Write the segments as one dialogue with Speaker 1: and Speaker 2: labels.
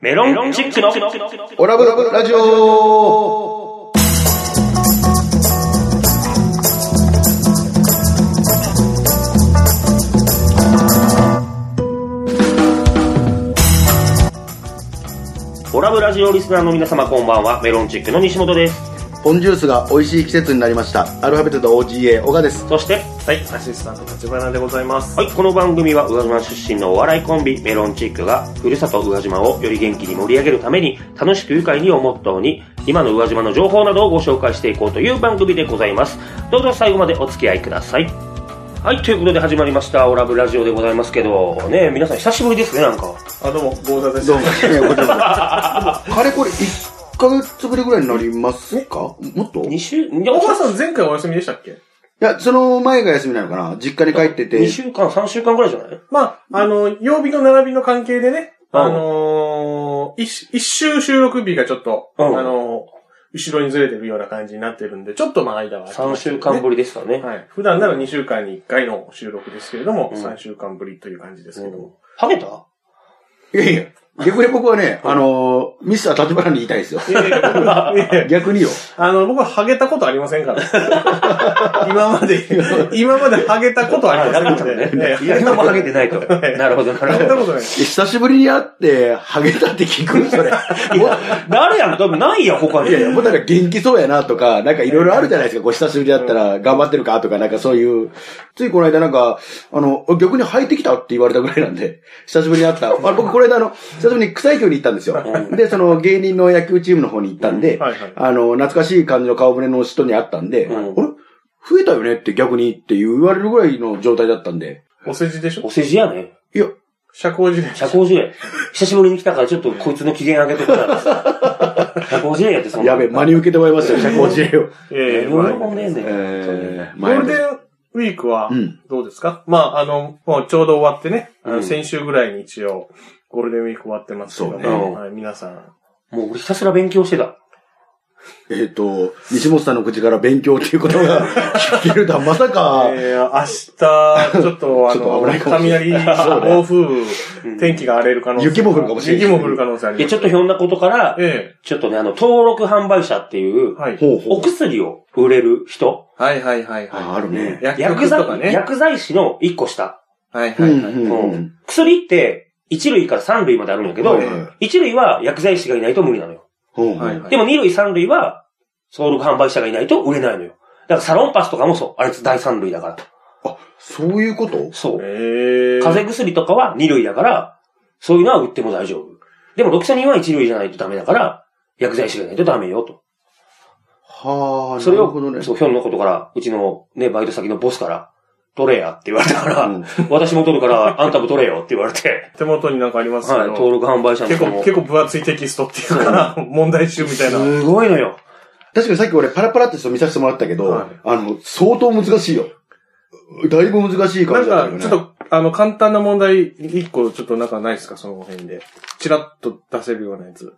Speaker 1: メロンチックの
Speaker 2: オラブラブラジオ
Speaker 1: オラブラジオリスナーの皆様こんばんは、メロンチックの西本です。
Speaker 2: ポンジュースが美味しい季節になりましたアルファベットと OGA 小賀です
Speaker 1: そして、はい、
Speaker 3: アシスタント立花でございます。
Speaker 1: はい、この番組は宇和島出身のお笑いコンビ、メロンチックが、ふるさと宇和島をより元気に盛り上げるために、楽しく愉快にをモットーに、今の宇和島の情報などをご紹介していこうという番組でございます。どうぞ最後までお付き合いください。はい、ということで始まりました、オラブラジオでございますけど、ね、皆さん久しぶりですね、なんか。
Speaker 3: あ、どうも、ゴーダです。
Speaker 2: どうも、ね、こちらこそかれこれ1ヶ月ぶりぐらいになりますかもっとい
Speaker 1: 2週、いや
Speaker 3: お母さん前回お休みでしたっけ
Speaker 2: や、その前が休みなのかな実家に帰ってて
Speaker 1: 2。週間、3週間ぐらいじゃない
Speaker 3: まあ、あの、曜日の並びの関係でね、
Speaker 1: うん
Speaker 3: あのー、一一週収録日がちょっと、
Speaker 1: うん
Speaker 3: あのー、後ろにずれてるような感じになってるんで、ちょっとまあ間は空き
Speaker 1: 3
Speaker 3: ましたけ
Speaker 1: 週
Speaker 3: どね
Speaker 1: 間ぶりですかね。
Speaker 3: はい。普段なら2週間に1回の収録ですけれども、
Speaker 1: うん
Speaker 3: 3週間ぶりという感じですけども。
Speaker 1: ハゲた
Speaker 2: いやいや、逆に僕はね、あのー、ミスター立花に言いたいですよ。
Speaker 3: い やいや僕はいやいや
Speaker 2: 逆によ。
Speaker 3: あの、僕はハゲたことありませんから。 今まで、今までハゲたことありませんので。ね
Speaker 1: いや、今もハゲてないと。なるほど、な
Speaker 3: ハゲ
Speaker 1: る
Speaker 3: た
Speaker 1: ほど。
Speaker 3: ことない。
Speaker 2: 久しぶりに会って、ハゲたって聞くそれ。いや
Speaker 1: なるやん、多分ないやん、他に。
Speaker 2: いやいや、もうなんか元気そうやなとか、なんかいろいろあるじゃないですか。こう久しぶりだったら頑張ってるかとか、なんかそういう。ついこの間なんか、あの、逆に生えてきたって言われたぐらいなんで、久しぶりに会った。あ僕この間あの、久しぶりに草野球に行ったんですよ。で、その芸人の野球チームの方に行ったんで、
Speaker 3: はいはい
Speaker 2: あの、懐かしい感じの顔ぶれの人に会ったんで、
Speaker 1: うん
Speaker 2: あれ増えたよねって逆にって言われるぐらいの状態だったんで、
Speaker 3: お世辞でしょ
Speaker 1: お世辞やね。
Speaker 2: いや、
Speaker 3: 社交辞令。
Speaker 1: 社交辞令。久しぶりに来たから、ちょっとこいつの機嫌上げてくから。社交辞令やって、そんな
Speaker 2: やべ、真に受けてまいりましたよ、社交辞令を。
Speaker 3: ええ
Speaker 1: 何も喜んねえんだよ。
Speaker 2: えー、
Speaker 3: ゴー
Speaker 2: 前
Speaker 3: ルデ
Speaker 2: で。
Speaker 3: ンウィークは
Speaker 2: うん、
Speaker 3: どうですか、まあ、あの、もうちょうど終わってね、あの
Speaker 1: うん
Speaker 3: 先週ぐらいに一応、ゴールデンウィーク終わってますけども、
Speaker 2: そう
Speaker 1: ね
Speaker 3: はい、皆さん。
Speaker 1: もう俺ひたすら勉強してた。
Speaker 2: えっ、と、西本さんの口から勉強っていうことが聞けるとは、まさか、
Speaker 3: えー、明日、ちょっと、あ
Speaker 2: ちょっと
Speaker 3: の
Speaker 2: 危ない、かもしれない
Speaker 3: 雷、 暴風、天気が荒れる可能性。
Speaker 2: 雪も降るかもしれない
Speaker 3: 雪も降る可能性あり
Speaker 1: で、
Speaker 3: ます。
Speaker 1: ちょっとひょんなことから、
Speaker 3: え
Speaker 1: ちょっとね、あの、登録販売者ってい
Speaker 3: え
Speaker 1: う、
Speaker 3: はい。
Speaker 2: ほうほ
Speaker 1: お
Speaker 2: う。
Speaker 1: 薬を売れる人。
Speaker 3: はいはいはい
Speaker 2: あ
Speaker 3: は
Speaker 2: あるね。
Speaker 3: 薬
Speaker 1: 薬
Speaker 3: 局とか
Speaker 1: 剤、
Speaker 3: ね
Speaker 1: 薬剤師の一個下。
Speaker 3: い。はい
Speaker 2: うん
Speaker 3: はいうはい。
Speaker 2: んう。
Speaker 1: うん薬って、一類から三類まであるんだけど
Speaker 2: はいは、
Speaker 1: 一類は薬剤師がいないと無理なのよ。
Speaker 2: ほうほ。
Speaker 3: はいうはい
Speaker 1: でも二類三類は、登録販売者がいないと売れないのよ。だからサロンパスとかもそう。あれ第三類だから。
Speaker 2: そういうこと
Speaker 1: そう。
Speaker 3: ええ
Speaker 1: 風邪薬とかは二類だから、そういうのは売っても大丈夫。でもロキソニンは一類じゃないとダメだから、薬剤師がいないとダメよと。
Speaker 2: はあ、
Speaker 1: そ
Speaker 2: な
Speaker 1: れ
Speaker 2: るほど
Speaker 1: を、
Speaker 2: ね。
Speaker 1: そう、ひょんのことから、うちのね、バイト先のボスから、取れやって言われたから、
Speaker 2: うん
Speaker 1: 私も取るから、あんたも取れよって言われ て、
Speaker 3: 手元になんかありますけ
Speaker 1: はい、
Speaker 3: ど、
Speaker 1: 登録販売者の
Speaker 3: 結
Speaker 1: 人
Speaker 3: 構、
Speaker 1: も。
Speaker 3: 結構分厚いテキストっていうか、 問題集みたいな。
Speaker 1: すごいのよ。
Speaker 2: 確かにさっき俺パラパラってちょっと見させてもらったけど、
Speaker 3: はい
Speaker 2: あの、相当難しいよ。だいぶ難しい感
Speaker 3: な
Speaker 2: じだったよ
Speaker 3: んか、
Speaker 2: ね。
Speaker 3: ちょっと、あの、簡単な問題、一個、ちょっとなんかないですかその辺で。チラッと出せるようなやつ。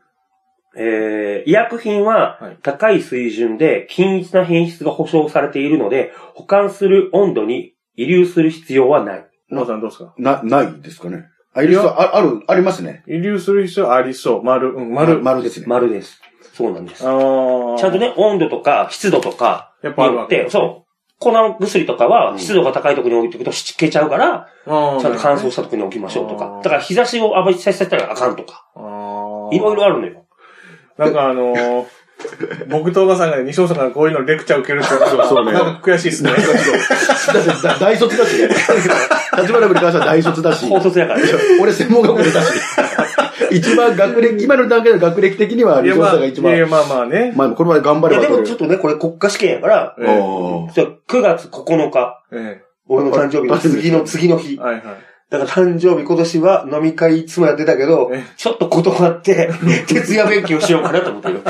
Speaker 1: えー、医薬品は
Speaker 3: はい
Speaker 1: 高い水準で均一な品質が保証されているので、保管する温度に遺留する必要はない。
Speaker 3: ノアさんどうですか
Speaker 2: な、ないですかね。あ、いる人あ、ある、ありますね。
Speaker 3: 遺留する必要ありそう。丸、うん、丸。
Speaker 2: 丸ですね。
Speaker 1: 丸です。そうなんです。
Speaker 3: あー
Speaker 1: ちゃんと。ね、温度とか湿度とか
Speaker 3: やっぱあ
Speaker 1: に
Speaker 3: る
Speaker 1: よ
Speaker 3: わ
Speaker 1: っ
Speaker 3: け。
Speaker 1: て、そう。粉薬とか
Speaker 2: う
Speaker 1: は
Speaker 2: ん
Speaker 1: 湿度が高いところに置いておくとしけちゃうから、
Speaker 3: あー
Speaker 1: ちゃんと乾燥したところに置きましょうと
Speaker 3: あ
Speaker 1: か
Speaker 3: ー。
Speaker 1: だから日差しをあまりさせたらあかんとか。
Speaker 3: あー
Speaker 1: いろいろあるのよ。
Speaker 3: なんかあの ー、僕とおばさんがね、西本さんからこういうのレクチャー受けるってこと は
Speaker 2: そうね
Speaker 3: なんか悔しいですね。
Speaker 2: だってだ大卒だ しね。立花君に関しては大卒だし。
Speaker 1: 高卒やから。
Speaker 2: 俺専門学校出たし。一番学歴、今の段階の学歴的には、
Speaker 3: い
Speaker 2: リ
Speaker 3: や、
Speaker 2: ゾ
Speaker 3: ま
Speaker 2: さ
Speaker 3: あ、
Speaker 2: んが一
Speaker 3: いやいや
Speaker 2: 番。
Speaker 3: まあまあね。
Speaker 2: まあ、この前頑張
Speaker 1: い
Speaker 2: れ
Speaker 1: や
Speaker 2: ば
Speaker 1: でも
Speaker 2: 取れ
Speaker 1: ちょっ
Speaker 2: る。
Speaker 1: とね、これ国家試験やから、
Speaker 3: ええ
Speaker 2: おー
Speaker 1: そう9月9日。
Speaker 3: え
Speaker 1: 俺の誕生日の次の次の日
Speaker 3: え。はいはい。
Speaker 1: だから誕生日今年は飲み会いつもやってたけど
Speaker 3: え、
Speaker 1: ちょっと断って、 徹夜勉強しようかなと思ってる。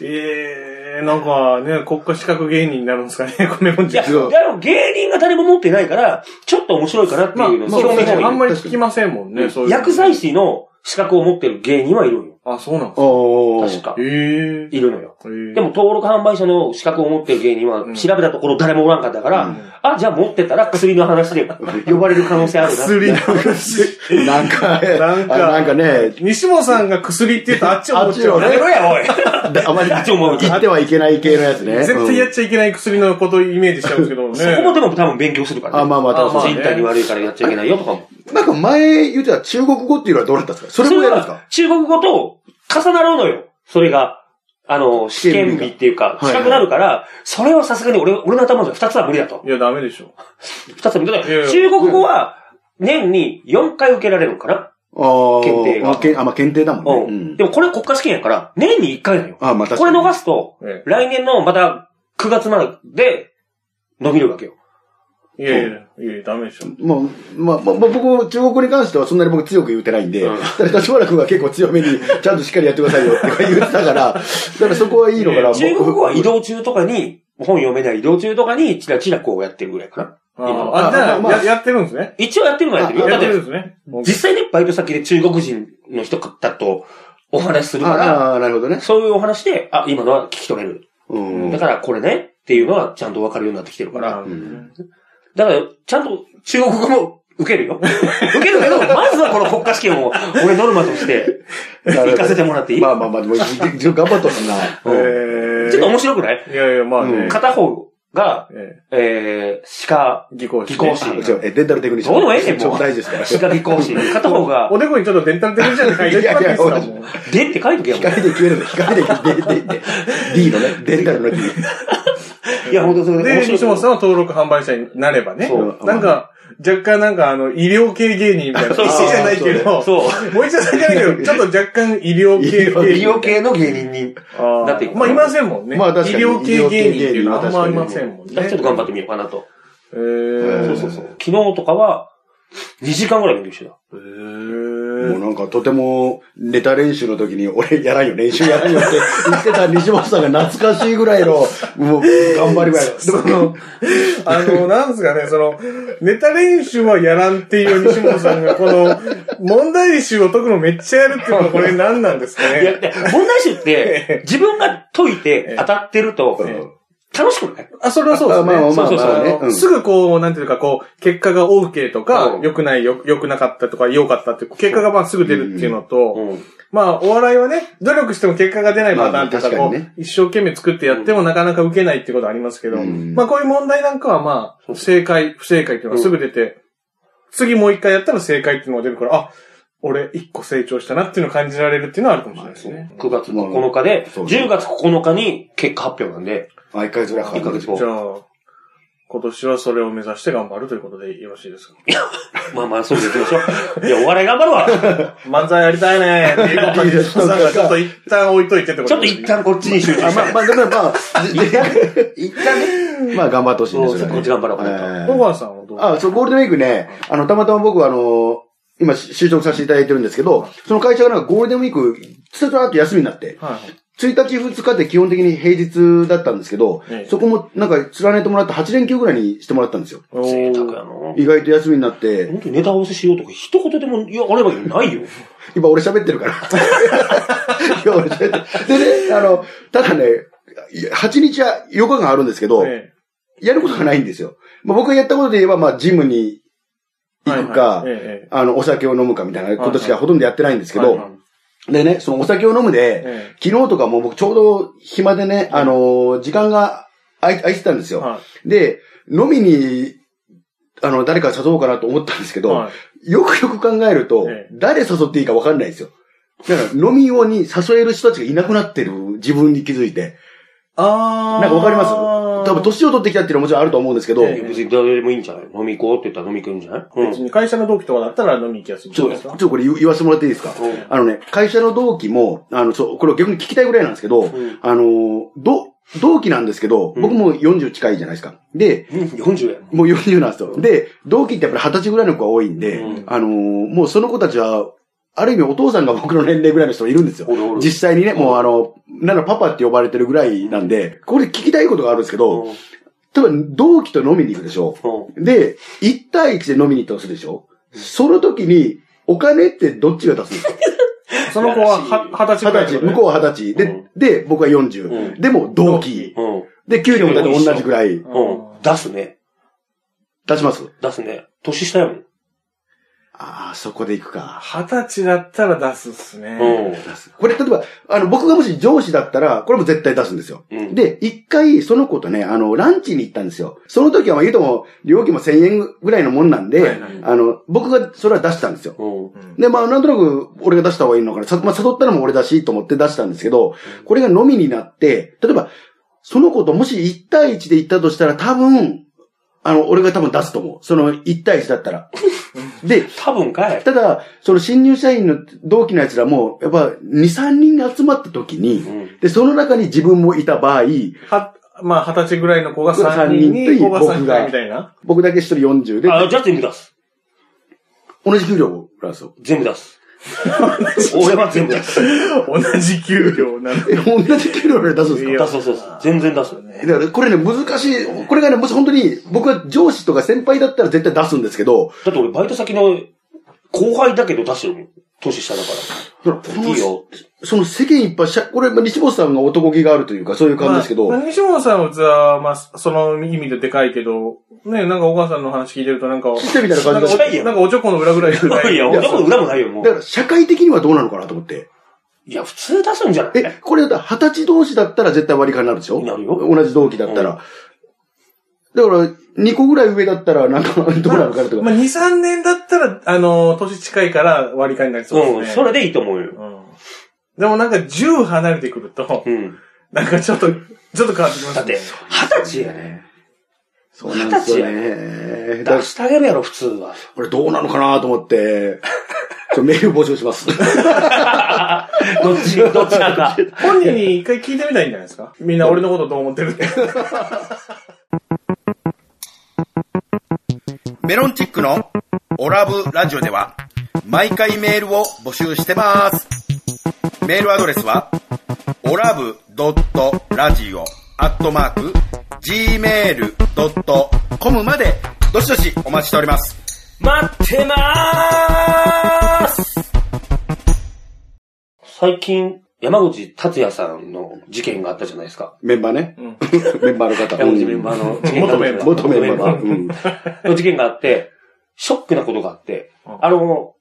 Speaker 3: ええなんかね、国家資格芸人になるんですかね、米本
Speaker 1: いや、
Speaker 3: 人。
Speaker 1: でも芸人が誰も持ってないから、ちょっと面白いかなって
Speaker 3: まあ、
Speaker 1: いうのを
Speaker 3: そう
Speaker 1: 表
Speaker 3: ね、
Speaker 1: 面
Speaker 3: あん
Speaker 1: 上
Speaker 3: まり聞きませんもんね、そうい
Speaker 1: に。
Speaker 3: う。
Speaker 1: 薬剤師の資格を持ってる芸人はいるんよ。
Speaker 3: あ、そうなんですか。
Speaker 2: お
Speaker 1: 確か
Speaker 3: え。え
Speaker 1: いるのよ。
Speaker 3: ー。
Speaker 1: でも、登録販売者の資格を持ってる芸人は
Speaker 3: う、ん
Speaker 1: 調べたところ誰もおらんかったから、
Speaker 2: うん
Speaker 1: あ、じゃあ持ってたら薬の話 で呼ばれる可能性あるな。
Speaker 3: 薬の話。
Speaker 2: なんか、
Speaker 3: なんか
Speaker 2: あなんかね、
Speaker 3: 西本さんが薬って言うとあっちを思っちゃ
Speaker 2: あっちを
Speaker 3: う。
Speaker 2: ね
Speaker 3: やめろや、おい。
Speaker 2: だあまり言
Speaker 1: 一応もう
Speaker 2: ってはいけない系のやつね。
Speaker 3: 絶対やっ
Speaker 2: うん
Speaker 3: ちゃいけない薬のことをイメージしちゃうんですけど ね。
Speaker 1: そこもでも多分勉強するから、ね。
Speaker 2: あ、まあまあ、
Speaker 3: あまあ
Speaker 2: 確
Speaker 1: 人体に悪いからやっちゃいけないよとかも。
Speaker 2: かになんか前言ってた中国語っていうのはどうだったんですかそれもやるんですか
Speaker 1: 中国語と重なるのよ。それが。あの、試験日っていうか、
Speaker 2: い
Speaker 1: 近くなるから、それはさすがに俺、俺の頭じゃ二つは無理だと。
Speaker 3: いや、ダメでしょ。
Speaker 1: 二つは無理だと。
Speaker 3: いやいや
Speaker 1: 中国語は、年に4回受けられるのかな、
Speaker 2: あー
Speaker 1: 検定が
Speaker 2: あけんあ、まあ検定だも
Speaker 1: うんん。
Speaker 2: ね。う
Speaker 1: で
Speaker 2: ん。
Speaker 1: もこれ国家試験やから、年に1回なのよ。
Speaker 2: あ、まあ確
Speaker 1: こ
Speaker 2: か
Speaker 1: れ
Speaker 2: に。
Speaker 1: 逃すと、
Speaker 3: え
Speaker 1: 来年のまた9月まで伸びるわけよ。
Speaker 3: えいやいや、いやいや、ダメでしょ。
Speaker 2: もう、まあ、まあ、まあ僕、中国語に関してはそんなに僕強く言ってないんで、
Speaker 1: うん
Speaker 2: ただ立花君が結構強めに、ちゃんとしっかりやってくださいよって言ってたから、だからそこはいいのかな。
Speaker 1: 中国語は移
Speaker 2: もう
Speaker 1: 動中とかに、本読めない移動中とかに、チラチラこうやってるぐらいかな。今
Speaker 3: あ、じゃ
Speaker 2: あ
Speaker 3: あ、
Speaker 2: まあ
Speaker 3: ややってるんですね。
Speaker 1: 一応やってるのはやってるよ。
Speaker 3: や
Speaker 1: だ
Speaker 3: っ
Speaker 1: って
Speaker 3: るん
Speaker 1: て、
Speaker 3: ですね。
Speaker 1: 実際ね、バイト先で中国人の人だとお話しするから、
Speaker 2: ああ、なるほどね。
Speaker 1: そういうお話で、あ、今のは聞き取れる。
Speaker 2: うん。
Speaker 1: だからこれね、っていうのはちゃんとわかるようになってきてるから。
Speaker 2: うん
Speaker 1: だから、ちゃんと中国語も受けるよ。受けるけど、まずはこの国家試験を俺ノルマとして、
Speaker 2: なる
Speaker 1: 行
Speaker 2: ほど
Speaker 1: かせてもらっていい、
Speaker 2: まあまあまあ、でも、じ頑張っとすな。
Speaker 1: うん
Speaker 3: え
Speaker 1: ちょっと面白くない
Speaker 3: いやいや、まあ
Speaker 2: う
Speaker 3: ね
Speaker 2: ん。
Speaker 1: 片方が、
Speaker 3: え
Speaker 1: えー、歯科、
Speaker 3: え技巧士
Speaker 1: 技巧士
Speaker 2: あちょえデンタルテクニシャン。
Speaker 1: どうでもええねんもう
Speaker 2: ちょっと大事ですから。
Speaker 1: 歯科技工士。片方が、
Speaker 3: おでこにちょっとデンタルテクニシャンって書いてあるんですもん。
Speaker 1: でって書いとけよ。も
Speaker 2: 光で消えるの、光で消える。ででで D のね、デンタルの D。
Speaker 1: ういや、ほんとそれ
Speaker 3: で、西本さん
Speaker 1: ん
Speaker 3: は登録販売者になればね。
Speaker 1: そう
Speaker 3: なんか、若干なんかあの、医療系芸人みたいな。
Speaker 1: そう
Speaker 3: 医師じゃないけど、
Speaker 1: そう。
Speaker 3: もう一度さんじゃないけど、ちょっと若干医療系芸人。
Speaker 1: 医療系の芸人に。
Speaker 3: あー
Speaker 1: だって
Speaker 3: まあいませんもんね。
Speaker 2: まあ確かに
Speaker 3: 医療系芸人っていうのはあんまいませんもんね。
Speaker 1: ちょっと頑張ってみようかなと。
Speaker 3: えー、
Speaker 1: そうそうそう。昨日とかは、2時間ぐらい勉強してた。
Speaker 3: え
Speaker 2: もう
Speaker 3: ー、
Speaker 2: なんかとてもネタ練習の時に俺やらんよ、練習やらんよって言ってた西本さんが懐かしいぐらいの、もう頑張り具合。でも
Speaker 3: その、あの、なんですかね、その、ネタ練習はやらんっていう西本さんが、この、問題集を解くのめっちゃやるっていうのはこれ何なんですか
Speaker 1: いや、
Speaker 3: ね。
Speaker 1: で問題集 って、自分が解いて当たってると、楽しくない
Speaker 3: あ、それはそうですね。
Speaker 2: まあまあまあ
Speaker 3: そうそうそう
Speaker 2: まあね
Speaker 3: あ
Speaker 2: う
Speaker 3: の
Speaker 2: ん
Speaker 3: すぐこう、なんていうか、こう、結果が OK とか
Speaker 1: う、ん
Speaker 3: 良くない、よ良くなかったとか、良かったって、結果がまあすぐ出るっていうのと、
Speaker 1: うん。
Speaker 3: まあ、お笑いはね、努力しても結果が出ないパターンっていうか、
Speaker 2: まあ
Speaker 3: こ
Speaker 2: まあ確かにね
Speaker 3: う、一生懸命作ってやってもなかなか受けないっていうことありますけど、
Speaker 2: うん
Speaker 3: まあ、こういう問題なんかはまあ、正解、不正解っていうのはすぐ出て、次もう一回やったら正解っていうのが出るから、あ、俺一個成長したなっていうのを感じられるっていうのはあるかもしれないですね。
Speaker 1: 9月9日で、
Speaker 2: そうそう
Speaker 1: 10月9日に結果発表なんで、
Speaker 2: あ、一ヶ月ぐらいか
Speaker 1: 1
Speaker 2: か
Speaker 1: ヶ
Speaker 2: る
Speaker 1: 月。後
Speaker 3: じ。ゃあ、今年はそれを目指して頑張るということでよろしいですか
Speaker 1: まあまあ、そうでいきましょう。 いや、お笑い頑張るわ。
Speaker 3: 漫才やりたいねっていうことで、西本さんがちょっと一旦置いといてってこと
Speaker 1: ちょっと一旦こっちに集中
Speaker 2: あ
Speaker 1: し
Speaker 2: まあ
Speaker 1: て。
Speaker 2: まあ、だからまあ、で一旦ね、まあ頑張ってほしいん
Speaker 1: そ
Speaker 2: で
Speaker 1: う
Speaker 2: す
Speaker 1: そ
Speaker 2: よ
Speaker 1: う
Speaker 2: ね。
Speaker 1: こっち頑張ろうかなと。
Speaker 2: えー
Speaker 3: 小川さんはどう
Speaker 2: あ、そう、ゴールデンウィークね、あの、たまたま僕はあの、今、就職させていただいてるんですけど、その会社がなんかゴールデンウィーク、つらつらっと休みになって、
Speaker 3: はいはい。
Speaker 2: 1日2日って基本的に平日だったんですけど、
Speaker 3: ええ
Speaker 2: そこもなんか連ねてもらって8連休ぐらいにしてもらったんですよ。
Speaker 3: お
Speaker 1: 贅沢
Speaker 3: ー
Speaker 1: やな
Speaker 2: 意外と休みになって、
Speaker 1: 本当にネタ合わせしようとか、一言でもやればいいのないよ。
Speaker 2: 今俺喋って るから。今俺喋ってる。でね、あの、ただね、8日は4日間あるんですけど、
Speaker 3: え
Speaker 2: やることがないんですよ。まあ、僕がやったことで言えば、まあ、ジムに
Speaker 3: え
Speaker 2: 行くか、
Speaker 3: はいはいええええ
Speaker 2: あの、お酒を飲むかみたいなことしかほとんどやってないんですけ
Speaker 3: はい
Speaker 2: ど
Speaker 3: は、
Speaker 2: でね、そのお酒を飲むで、
Speaker 3: え
Speaker 2: 昨日とかも僕ちょうど暇でね、あのー時間が空い空いてたんですよ。
Speaker 3: は
Speaker 2: で、飲みに、あの、誰か誘おうかなと思ったんですけ
Speaker 3: い
Speaker 2: ど、よくよく考えると、
Speaker 3: ええ
Speaker 2: 誰誘っていいか分かんないんですよ。だから、飲み用に誘える人たちがいなくなってる自分に気づいて、
Speaker 3: あー。
Speaker 2: なんかわかります多分年を取ってきたっていうのはもちろんあると思うんですけど、
Speaker 3: ええ
Speaker 1: 別に誰でもいいんじゃない飲み行こうって言ったら飲み行くんじゃないうん。
Speaker 3: 別に会社の同期とかだったら飲み行きやすいん
Speaker 2: ち
Speaker 3: じゃ
Speaker 2: ょ
Speaker 3: ない
Speaker 2: ち
Speaker 3: です
Speaker 2: ょ
Speaker 3: か
Speaker 2: っ。とこれ言言わせてもらっていいですか
Speaker 1: うん
Speaker 2: あのね、会社の同期も、あの、そう、これを逆に聞きたいぐらいなんですけど、
Speaker 1: ん
Speaker 2: あの、ど、同期なんですけど、
Speaker 1: うん
Speaker 2: 僕も40近いじゃないですか。で、
Speaker 1: うん40やん。
Speaker 2: もう40なんですよ。で、同期ってやっぱり20歳ぐらいの子が多いんで、
Speaker 1: うん
Speaker 2: あのーもうその子たちは、ある意味お父さんが僕の年齢ぐらいの人もいるんですよ
Speaker 1: おるお。る
Speaker 2: 実際にね、もうあの、ならパパって呼ばれてるぐらいなんで、これ聞きたいことがあるんですけど、
Speaker 1: うん
Speaker 2: 例えば同期と飲みに行くでしょ。
Speaker 1: うん
Speaker 2: で、1対1で飲みに行ったとするでしょ。その時に、お金ってどっちが出すんですか
Speaker 3: その子はは二十歳
Speaker 2: 二
Speaker 3: くらい
Speaker 2: 十
Speaker 3: の
Speaker 2: 歳、向こうは二十歳。
Speaker 1: う
Speaker 2: で
Speaker 1: ん、
Speaker 2: で、僕は
Speaker 1: う
Speaker 2: 40。
Speaker 1: ん
Speaker 2: でも、同期。
Speaker 1: うん。
Speaker 2: で、給料もだって同じぐらい。
Speaker 1: うん。出すね。
Speaker 2: 出します
Speaker 1: 出すね。年下やもん。
Speaker 2: ああ、そこで行くか。
Speaker 3: 二十歳だったら出すっすね。
Speaker 1: うん。
Speaker 2: 出す。これ、例えば、あの、僕がもし上司だったら、これも絶対出すんですよ。
Speaker 1: うん。
Speaker 2: で、一回、その子とね、あの、ランチに行ったんですよ。その時は、まあ、言うとも、料金も1000円ぐらいのもんなんで、
Speaker 3: はいはい
Speaker 2: あの、僕がそれは出したんですよ。
Speaker 1: うん。
Speaker 3: うん
Speaker 2: で、まあ、なんとなく、俺が出した方がいいのかな。さまあ、誘ったのも俺だし、と思って出したんですけど、これが飲みになって、例えば、その子ともし1対1で行ったとしたら、多分、あの、俺が多分出すと思う。その1対1だった ら。で、
Speaker 1: 多分かい。
Speaker 2: ただ、その新入社員の同期の奴らも、やっぱ、2、3人集まった時
Speaker 1: う
Speaker 2: に、
Speaker 1: ん。
Speaker 2: で、その中に自分もいた場合、
Speaker 3: は、まあ、二十歳ぐらいの子が三
Speaker 2: 三人
Speaker 3: 人
Speaker 2: とい
Speaker 3: に、
Speaker 2: う
Speaker 3: 子が三人
Speaker 2: 僕が
Speaker 3: みたいな。
Speaker 2: 僕だけ一人40で、
Speaker 1: あ、じゃあ全部出す。
Speaker 2: 同じ給料なんですよ。
Speaker 1: 全部出 す。俺は全部 出す。
Speaker 3: 同じ給料なん
Speaker 2: え、同じ給料で出すんです
Speaker 3: い
Speaker 2: か
Speaker 3: や
Speaker 1: 出す、そうです。全然出す。
Speaker 2: だからこれね、難しい。これがね、もし本当に、僕は上司とか先輩だったら絶対出すんですけど、
Speaker 1: だって俺バイト先の後輩だけど出してるもん。年下だか
Speaker 2: そのこ
Speaker 1: ら。
Speaker 2: の
Speaker 1: いいよ。
Speaker 2: その世間一般、社これ、まあ西本さんが男気があるというか、そういう感じですけど、
Speaker 3: まあ、西本さんは器は、まあ、その意味ででかいけど、ね、なんかお母さんの話聞いてるとなんか、
Speaker 2: 来てみたいな感
Speaker 3: なん
Speaker 2: じ
Speaker 3: か
Speaker 2: で
Speaker 1: ちっちゃい
Speaker 3: お
Speaker 1: よ
Speaker 3: なんかおちょこの裏ぐらいじゃない
Speaker 1: いや、
Speaker 2: いや
Speaker 1: 俺も裏もないよ、も
Speaker 2: だ
Speaker 1: う。
Speaker 2: から社会的にはどうなのかなと思って。
Speaker 1: いや、普通出すんじゃない
Speaker 2: え、これだったら二十歳同士だったら絶対割り勘になるでしょ
Speaker 1: なるよ
Speaker 2: 同じ同期だったら。だから、2個ぐらい上だったら、なんか、どうなのかなとか。
Speaker 3: まあ、2、3年だったら、あの、年近いから割り勘になりそうですね。
Speaker 1: うん、それでいいと思うよ。
Speaker 3: うんでもなんか10離れてくると、
Speaker 1: うん。
Speaker 3: なんかちょっと、ちょっと変わってきますね。
Speaker 1: だって、二十歳やね。
Speaker 2: そうなんですよ
Speaker 1: 二
Speaker 2: ね。だ
Speaker 1: 出
Speaker 2: から、
Speaker 1: してあげるやろ、普通は。
Speaker 2: これどうなのかなと思って、ちょメール募集します。
Speaker 1: どっち、どっちなんだ。
Speaker 3: 本人に一回聞いてみたらいいんじゃないですかみんな俺のことどう思ってるって。
Speaker 4: メロンチックのオラブラジオでは毎回メールを募集してます。メールアドレスはオラブドットラジオアットマーク gmail.com までどしどしお待ちしております。
Speaker 1: 待ってまーす 最近、山口達也さんの事件があったじゃないですか。
Speaker 2: メンバーね。
Speaker 3: ん
Speaker 2: メンバーの方。
Speaker 1: 山口メンバーの事件があったじゃないですか
Speaker 2: 元メンバー。うん
Speaker 1: の事件があって、ショックなことがあって、
Speaker 3: うん
Speaker 1: あの、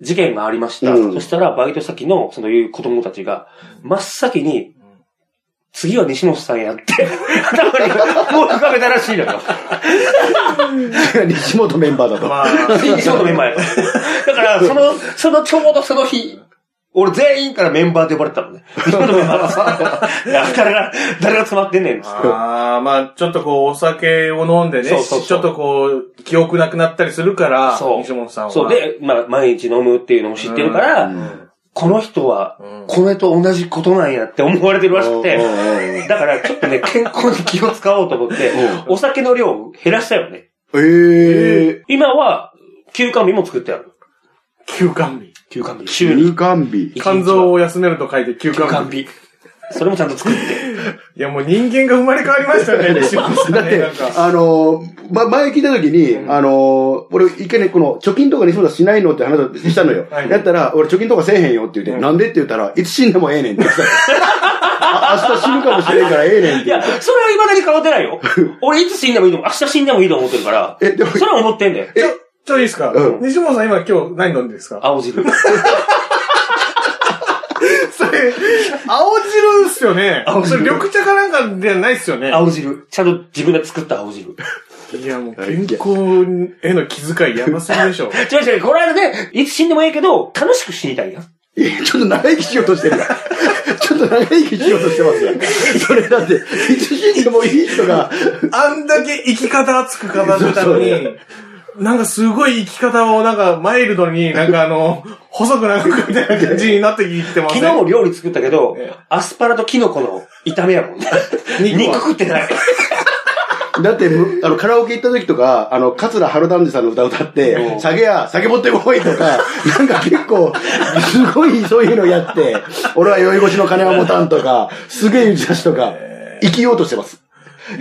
Speaker 1: 事件がありました。
Speaker 2: うん
Speaker 1: そしたら、バイト先の、そのいう子供たちが、真っ先に、次は西本さんやって、頭にもう浮かべたらしいのよ。
Speaker 2: 西本メンバーだ と。
Speaker 3: まあ、
Speaker 1: 西本メンバーやと。だから、その、そのちょうどその日、俺全員からメンバーで呼ばれてたのね。西本メンバ ーいや誰が、誰が詰まってんねんっつって。
Speaker 3: あーまあ、ちょっとこう、お酒を飲んでね、
Speaker 1: そうそうそう
Speaker 3: ちょっとこう、記憶なくなったりするから、
Speaker 1: そう
Speaker 3: 西本さんは。
Speaker 1: そう。で、まあ、毎日飲むっていうのも知ってるから、
Speaker 2: ん
Speaker 1: この人は
Speaker 3: う、ん
Speaker 1: これと同じことなんやって思われてるらしく
Speaker 2: おうおうお
Speaker 1: て、だからちょっ とね、健康に気を使おうと思って、お酒の量を減らしたよね。
Speaker 2: ええ
Speaker 1: 今は、休館日も作ってある。
Speaker 3: 休館日。
Speaker 1: 休館日。
Speaker 2: ー。
Speaker 1: 週に。
Speaker 2: 入館日。
Speaker 1: 一日は
Speaker 3: 肝臓を休めると書いて休
Speaker 1: 休
Speaker 3: 館
Speaker 1: 館
Speaker 3: 日。
Speaker 1: 日。それもちゃんと作って。
Speaker 3: いや、もう人間が生まれ変わりました ね、西本さんね。
Speaker 2: だって
Speaker 3: なんか、
Speaker 2: あのー、ま、前聞いた時に、あのー、俺一回ね、この、貯金とか西本さんしないのって話をしたのよ。
Speaker 3: はい
Speaker 2: やったら、俺貯金とかせえへんよって言って、なんでって言ったら、いつ死んでもええねんって言って たあ明日死ぬかもしれんからええねんって
Speaker 1: いや、それは未だに変わってないよ。 俺いつ死んでもいいと思う。明日死んでもいいと思ってるから。
Speaker 2: えでも
Speaker 1: それは思ってんだよ。
Speaker 3: ちょ、ちょいいですか、
Speaker 2: うん
Speaker 3: 西本さん今今日何飲んでるんですか
Speaker 1: 青汁。
Speaker 3: それ、 青汁ですよね。
Speaker 1: 青汁
Speaker 3: それ緑茶かなんかじゃないですよね。
Speaker 1: 青汁。ちゃんと自分で作った青汁。
Speaker 3: いや、もう健康への気遣いやばすぎでしょ。
Speaker 1: 違う違う、この間ね、いつ死んでもいいけど、楽しく死にたいやん。
Speaker 2: いやちょっと長生きしようとして る。ちょっと長生きしようとしてますよ。それだって、いつ死んでもいい人が、
Speaker 3: あんだけ生き方熱く語ってたのに
Speaker 2: そう、
Speaker 3: なんかすごい生き方をなんかマイルドになんかあの、細くなるみたいな感じになってきてます
Speaker 1: 昨
Speaker 3: ね。
Speaker 1: 日も料理作ったけど
Speaker 3: ええ、
Speaker 1: アスパラとキノコの炒めやもんね。
Speaker 3: 肉は
Speaker 1: 肉食ってない。
Speaker 2: だってむ、あの、カラオケ行った時とか、あの、桂春団治さんの歌歌って、酒や、酒持ってこいとか、なんか結構、すごいそういうのやって、俺は酔い越しの金は持たんとか、すげえ打ち出しとか、生きようとしてます。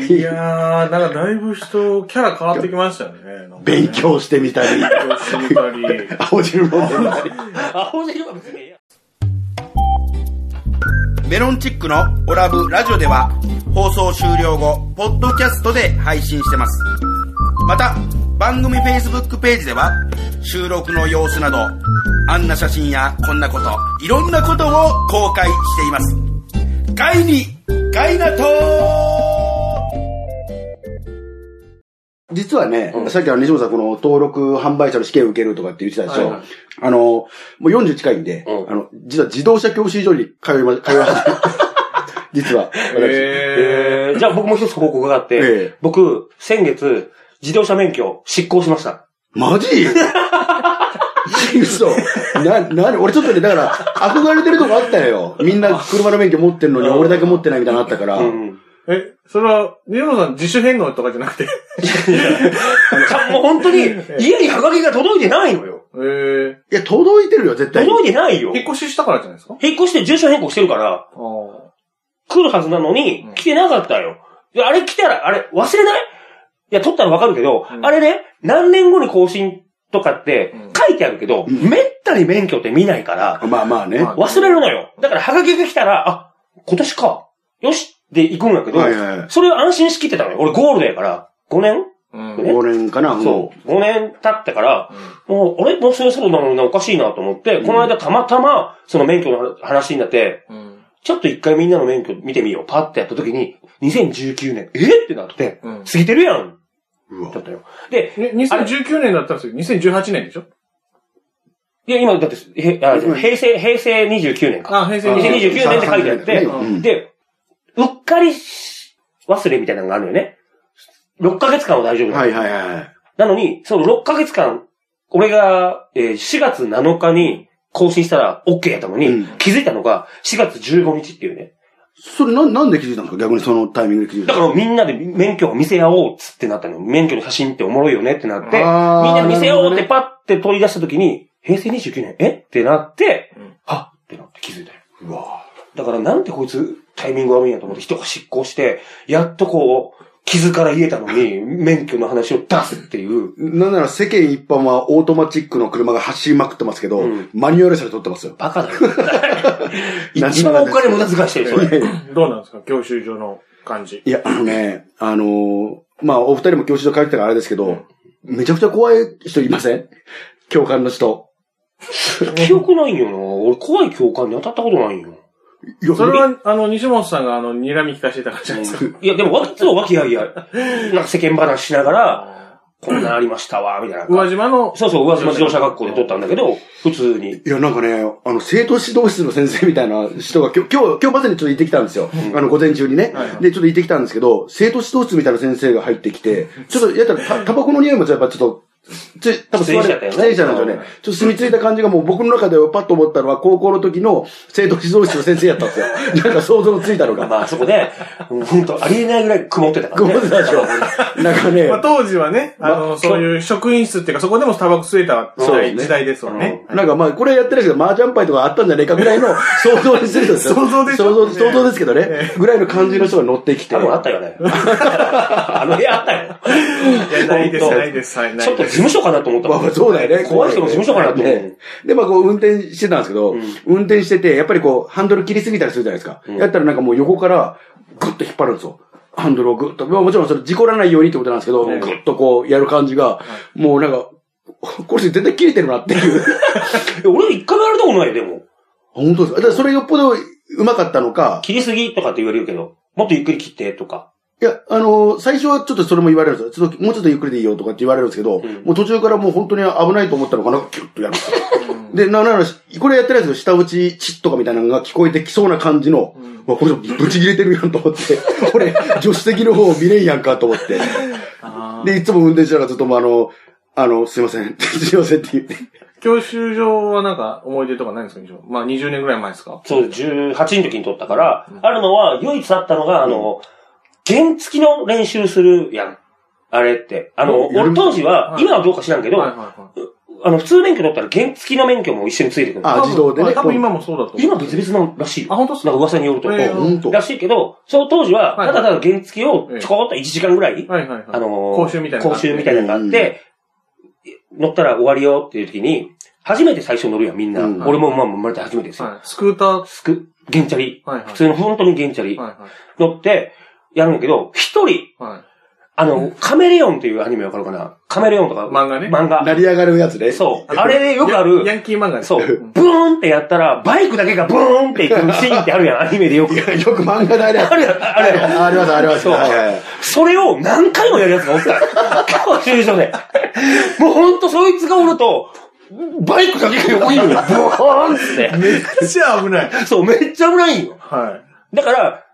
Speaker 3: いやー、なんかだいぶ人、キャラ変わってきましたよね。なんかね
Speaker 2: 勉。強してみたり、
Speaker 3: 勉強してみたり。
Speaker 2: 青汁飲んでみたり。
Speaker 1: 青汁は別にええやん。
Speaker 4: メロンチックのオラブラジオでは放送終了後、ポッドキャストで配信してます。また、番組 Facebook ページでは収録の様子など、あんな写真やこんなこと、いろんなことを公開しています。ガイに、ガイナトー
Speaker 2: 実はね、さっきあの西本さんこの登録販売者の試験受けるとかって言ってたでしょ。
Speaker 3: はいはい
Speaker 2: あの、もう40近いんで、
Speaker 1: うん
Speaker 2: あの、実は自動車教習所に通いま、通いました。実は。私
Speaker 3: え
Speaker 1: えー、じゃあ僕も一つ報告があって、
Speaker 2: ええ
Speaker 1: 僕、先月、自動車免許失効しました。
Speaker 2: マジ嘘。な、なに、俺ちょっとね、だから、憧れてるとこあったよ。みんな車の免許持ってんのに、俺だけ持ってないみたいなのあったから。
Speaker 1: うん。
Speaker 3: ー、え、それは、ニノさん自主返納とかじゃなくて。
Speaker 1: ちゃんもう本 当に、家にハガキが届いてないのよ。
Speaker 3: えー、
Speaker 2: いや、届いてるよ、絶対に。
Speaker 1: 届いてないよ。
Speaker 3: 引っ越ししたからじゃないですか
Speaker 1: 引っ越して住所変更してるから、
Speaker 3: あー
Speaker 1: 来るはずなのに
Speaker 3: うん、
Speaker 1: 来てなかったよ。であれ来たら、あれ、忘れないいや、取ったらわかるけど、
Speaker 3: うん
Speaker 1: あれね、何年後に更新とかって
Speaker 3: うん
Speaker 1: 書いてあるけど、
Speaker 2: ん
Speaker 1: めったに免許って見ないから、
Speaker 2: まあまあね。
Speaker 3: まあ
Speaker 1: 忘れるのよ。だから、ハガキが来たら、あ、今年か。よしって行くんだけど、
Speaker 2: はいはいはい
Speaker 1: それを安心しきってたのよ。俺ゴールドやから、5年、
Speaker 3: うん。
Speaker 1: ね
Speaker 2: 5年かな、も
Speaker 1: そう。5年経ってから、もう、あれもうそろそろなのにな、おかしいなと思って、この間たまたま、その免許の話になって、
Speaker 3: うん。
Speaker 1: ちょっと一回みんなの免許見てみよう。パッてやった時に、2019年、えってなって、
Speaker 3: うん。
Speaker 1: 過ぎてるやん
Speaker 2: う。うわ
Speaker 1: だったよ。で、
Speaker 3: ね、2019年だったんですよ。2018年でしょ
Speaker 1: いや、今、だって、へあ平成、平成29年か。
Speaker 3: あ、平成
Speaker 1: 2029
Speaker 3: 2019年。
Speaker 1: 年って書いてあって
Speaker 2: うん
Speaker 1: で、うっかりし忘れみたいなのがあるのよね。6ヶ月間は大丈夫なの
Speaker 2: はいはいはい。
Speaker 1: なのに、その6ヶ月間、俺が、えー4月7日に更新したら OK やったのに、
Speaker 2: うん
Speaker 1: 気づいたのが4月15日っていうね。
Speaker 2: それな、なんで気づいたんですか逆にそのタイミングで気づいた
Speaker 1: だ
Speaker 2: ん
Speaker 1: か
Speaker 2: で
Speaker 1: ら
Speaker 2: す
Speaker 1: みんなで免許を見せ合おうっつってなったのよ。免許の写真っておもろいよねってなって、みん
Speaker 2: あー
Speaker 1: なで見せようっ
Speaker 2: な
Speaker 1: て
Speaker 2: る
Speaker 1: パッて取り出した時に、平成29年、えってなって、はっってなって気づいたよ。
Speaker 2: うわ
Speaker 1: だからなんてこいつタイミング悪いんやと思って人が執行して、やっとこう、傷から言えたのに、免許の話を出すっていう。
Speaker 2: なんなら世間一般はオートマチックの車が走りまくってますけど、
Speaker 1: うん
Speaker 2: マニュアル車で撮ってますよ。
Speaker 1: バカだよ。 一番お金無駄 遣いしてる、それ。
Speaker 3: どうなんですか教習所の感じ。
Speaker 2: いや、あのね、あのーまあ、お二人も教習所帰ってたからあれですけど、めちゃくちゃ怖い人いません教官の人。
Speaker 1: 記憶ないんよな。俺、怖い教官に当たったことないん よ。
Speaker 2: いや
Speaker 3: それは、あの、西本さんが、あの、睨み聞かせてたからじゃないですか。
Speaker 1: いや、でも、わいつもわきあいあい。なんか世間話しながら、
Speaker 3: あ
Speaker 1: こんなんありましたわ、みたいな
Speaker 3: ー。宇和島の、
Speaker 1: そうそう、上島自動車学校で撮ったんだけど、普通に。
Speaker 2: いや、なんかね、あの、生徒指導室の先生みたいな人が、今日、今日、今日まさにちょっと行ってきたんですよ。あの、午前中にね。
Speaker 3: はいはい
Speaker 2: で、ちょっと行ってきたんですけど、生徒指導室みたいな先生が入ってきて、ちょっと、やったら、たタバコの匂いもやっぱちょっと、つい、多分
Speaker 1: 吸いちゃったよね
Speaker 2: 吸いちゃうんですよね。ちょっと住み着いた感じがもう僕の中ではパッと思ったのは、高校の時の生徒指導室の先生やったんですよ。なんか想像のついたのが。
Speaker 1: まあ、そこで、本当ありえないぐらい曇ってたから
Speaker 2: ご
Speaker 1: ね。
Speaker 2: めんなさいでしょ。なんかね
Speaker 3: まあ、、当時はね、あの、そういう職員室っていうか、そこでもタバコ吸えた時
Speaker 2: そうで
Speaker 3: 代,、
Speaker 2: すね
Speaker 3: 時代ですわね。
Speaker 2: なんかまあ、これやってるんですけど、麻雀牌とかあったんじゃねえかぐらいの想像にするんですよ。
Speaker 3: 想像でし
Speaker 2: 想
Speaker 3: ょ
Speaker 2: 像想像ですけどね
Speaker 3: え。
Speaker 2: ぐらいの感じの人が乗ってきて。
Speaker 1: 多分あったよね。 あの部屋あったよ。
Speaker 3: いや、ないです、
Speaker 1: 本当
Speaker 3: ないです、はいな
Speaker 1: ちょ
Speaker 3: い
Speaker 1: っと
Speaker 3: で
Speaker 1: 事
Speaker 3: す。
Speaker 1: 務所かなと思った
Speaker 2: まあ
Speaker 1: も
Speaker 2: まあ
Speaker 1: ん。
Speaker 2: そうだよね。
Speaker 1: 怖い人の事務所かなと思
Speaker 2: ね
Speaker 1: う。
Speaker 2: で、まあこう運転してたんですけど、運転してて、やっぱりこう、ハンドル切りすぎたりするじゃないですか。やったらなんかもう横から、ぐっと引っ張るんですよ。ハンドルをぐっと。まあもちろんそれ事故らないようにってことなんですけど、ぐっとこうやる感じが、もうなんか、これ絶対切れてるなっていう。
Speaker 1: え俺一回もやられたことないよ、でも。
Speaker 2: 本当ですかだからそれよっぽど上手かったのか、
Speaker 1: 切りすぎとかって言われるけど、もっとゆっくり切って、とか。
Speaker 2: いや、あのー最初はちょっとそれも言われるんですよ。ちょっともうちょっとゆっくりでいいよとかって言われるんですけど、
Speaker 1: ん
Speaker 2: もう途中からもう本当に危ないと思ったのかな、キュッとやるんですよ。で、な、な、な、これやってないですよ。下打ち、チッとかみたいなのが聞こえてきそうな感じの、うわこれぶち切れてるやんと思って、 これ、助手席の方見れんやんかと思って。で、いつも運転しながらずっともうあの、あの、すいません、すいませんって言って。
Speaker 3: 教習所はなんか思い出とかないんですか西本まあ、20年ぐらい前ですか
Speaker 1: そう、18の時に撮ったから、あるのは、唯一あったのが、あの、原付きの練習するやん。あれって。あの、
Speaker 2: やる
Speaker 1: 俺当時は、
Speaker 3: はい
Speaker 1: 今はどうか知らんけど、
Speaker 3: はいはい
Speaker 1: あ
Speaker 3: はい。
Speaker 1: の、普通免許取ったら原付きの免許も一緒についてくる。
Speaker 2: あ自動でね
Speaker 3: 多分今もそうだと思う。
Speaker 1: 今別々のらしいよ。
Speaker 3: あ本当っすか
Speaker 1: なんか噂によると。
Speaker 3: えー
Speaker 2: あ、ほんと。
Speaker 1: らしいけど、その当時は、
Speaker 3: はい
Speaker 1: ただただ原付きをちょこっと1時間ぐらい、
Speaker 3: はいはいはい。
Speaker 1: あのー
Speaker 3: 講習みたいな。
Speaker 1: 講習みたいなのがあって、乗ったら終わりよっていう時に、初めて最初乗るやん、みんな。
Speaker 2: うん
Speaker 1: 俺もまあ生まれて初めてですよ。
Speaker 3: はい。スクーター
Speaker 1: スク、ゲンチャリ。
Speaker 3: はいはい
Speaker 1: 普通の本当にゲンチャリ。
Speaker 3: はいはい。
Speaker 1: 乗って、やるんだけど、一人、
Speaker 3: は
Speaker 1: あの、カメレオンっていうアニメわかるかなカメレオンとか。
Speaker 3: 漫画ね
Speaker 1: 漫
Speaker 2: 成
Speaker 1: 画。
Speaker 2: り上がるやつね。
Speaker 1: そう。
Speaker 3: い。
Speaker 1: あれでよくあ
Speaker 3: ヤン
Speaker 1: る。
Speaker 3: ヤンキー漫画ね
Speaker 1: そう。
Speaker 3: ん
Speaker 1: ブーンってやったら、バイクだけがブーンっていくシーンってあるやん、アニメでよく。
Speaker 2: よく漫画であるやつ。
Speaker 1: あるやん、あるやん。
Speaker 2: ああります、あります。
Speaker 1: そう
Speaker 2: はいはい
Speaker 1: それを何回もやるやつがおった。教習所で。もうほんとそいつがおると、バイクだけが横にいるよ。ボーンっ
Speaker 3: めっちゃ危ない。
Speaker 1: て。そう、めっちゃ危ないんよ。
Speaker 3: は
Speaker 1: だから、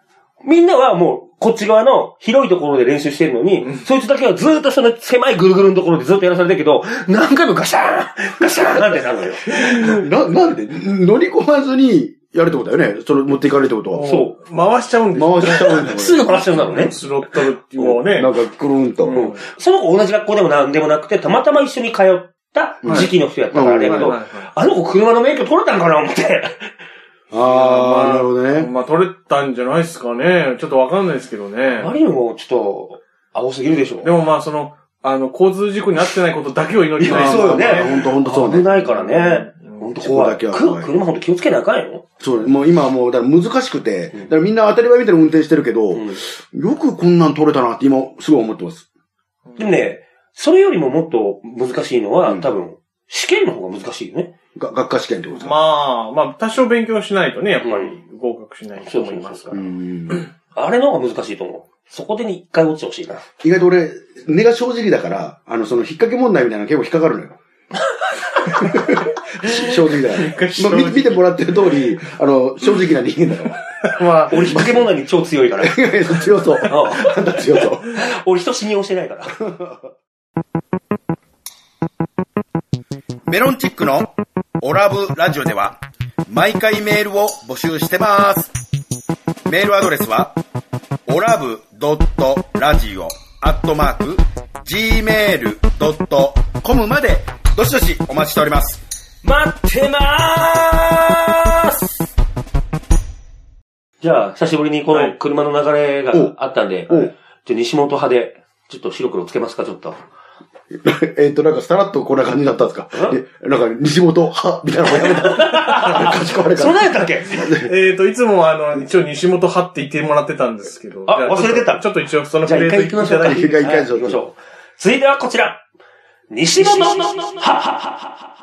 Speaker 1: みんなはもう、こっち側の広いところで練習してるのに、そいつだけはずーっとその狭いぐるぐるのところでずっとやらされてるけど、何回もガシャーンガシャーンってなるのよ。
Speaker 2: な、なんで、乗り込まずにやるってことだよね。それ持っていかれるってこと
Speaker 3: い。。
Speaker 2: は。
Speaker 1: そう
Speaker 3: 回しちゃうんですよ
Speaker 2: 回した方がいいん だこ
Speaker 1: すぐ話しちゃうんだろうね。
Speaker 3: スロットルっていうもうね
Speaker 2: れ。。なんか、くるんと。
Speaker 3: うん
Speaker 1: その子同じ学校でもなんでもなくて、たまたま一緒に通った時期の人やったからあれやけど
Speaker 3: はいはいはいはい、
Speaker 1: あの子車の免許取れたんかな思って。
Speaker 2: ああ、なるほどね。
Speaker 3: まあ、取れたんじゃないですかね。ちょっとわかんないですけどね
Speaker 1: あ。まりにもちょっと、青すぎるでしょ。
Speaker 3: でもまあ、その、あの、交通事故に遭ってないことだけを祈りたい。
Speaker 1: いやそうよね
Speaker 2: ほんとほんとそう
Speaker 1: 危
Speaker 2: ね。
Speaker 1: ないからね。本当怖い。
Speaker 2: 事故だけは怖
Speaker 1: く
Speaker 2: い
Speaker 1: 車本当気をつけなあかんよ。
Speaker 2: そうね。もう今はもう、だから難しくて、だからみんな当たり前みたいな運転してるけど、よくこんなん取れたなって今、すごい思ってます。
Speaker 1: でもね、それよりももっと難しいのは、
Speaker 2: うん
Speaker 1: 多分、試験の方が難しいよね。
Speaker 2: が学科試験ってことですか。
Speaker 3: まあ、まあ、多少勉強しないとね、やっぱ
Speaker 1: う
Speaker 3: り合格しない人もいますか
Speaker 2: う
Speaker 3: ら。
Speaker 2: ん
Speaker 1: あれの方が難しいと思う。そこでに一回落ちてほしいな。
Speaker 2: 意外と俺、根が正直だから、あの、その、引っ掛け問題みたいなの結構引っかかるのよ。正直だから。まあ、み見てもらってる通り、あの、正直な人間だから。
Speaker 3: まあ、
Speaker 1: 俺、引っ掛け問題に超強い から。
Speaker 2: 強そう。
Speaker 1: あ
Speaker 2: あんた強そう。
Speaker 1: 俺、人信用してない から。
Speaker 4: メロンチックのオラブラジオでは毎回メールを募集してます。メールアドレスはオラブドットラジオアットマーク gmail.com までどしどしお待ちしております。
Speaker 1: 待ってまーすじゃあ、久しぶりにこの車の流れがあったんで、
Speaker 2: おう
Speaker 1: じゃあ西本派で、ちょっと白黒つけますか、ちょっと。
Speaker 2: えっと、なんか、さらっとこんな感じだったんですかえなんか、西本、は、みたいな のもやめた。かしこまれか
Speaker 1: そん
Speaker 2: ら。
Speaker 1: なんやったっけ
Speaker 3: えっと、いつもあの、一応西本派って言ってもらってたんですけど。
Speaker 1: あ
Speaker 3: じゃちょっと
Speaker 1: 忘れてた
Speaker 3: ちょっと一応その
Speaker 1: じゃあ一回行きましょうか。
Speaker 3: フレーズいただいて
Speaker 2: 一回一回
Speaker 1: 行きましょう。続いてはこちら。西本派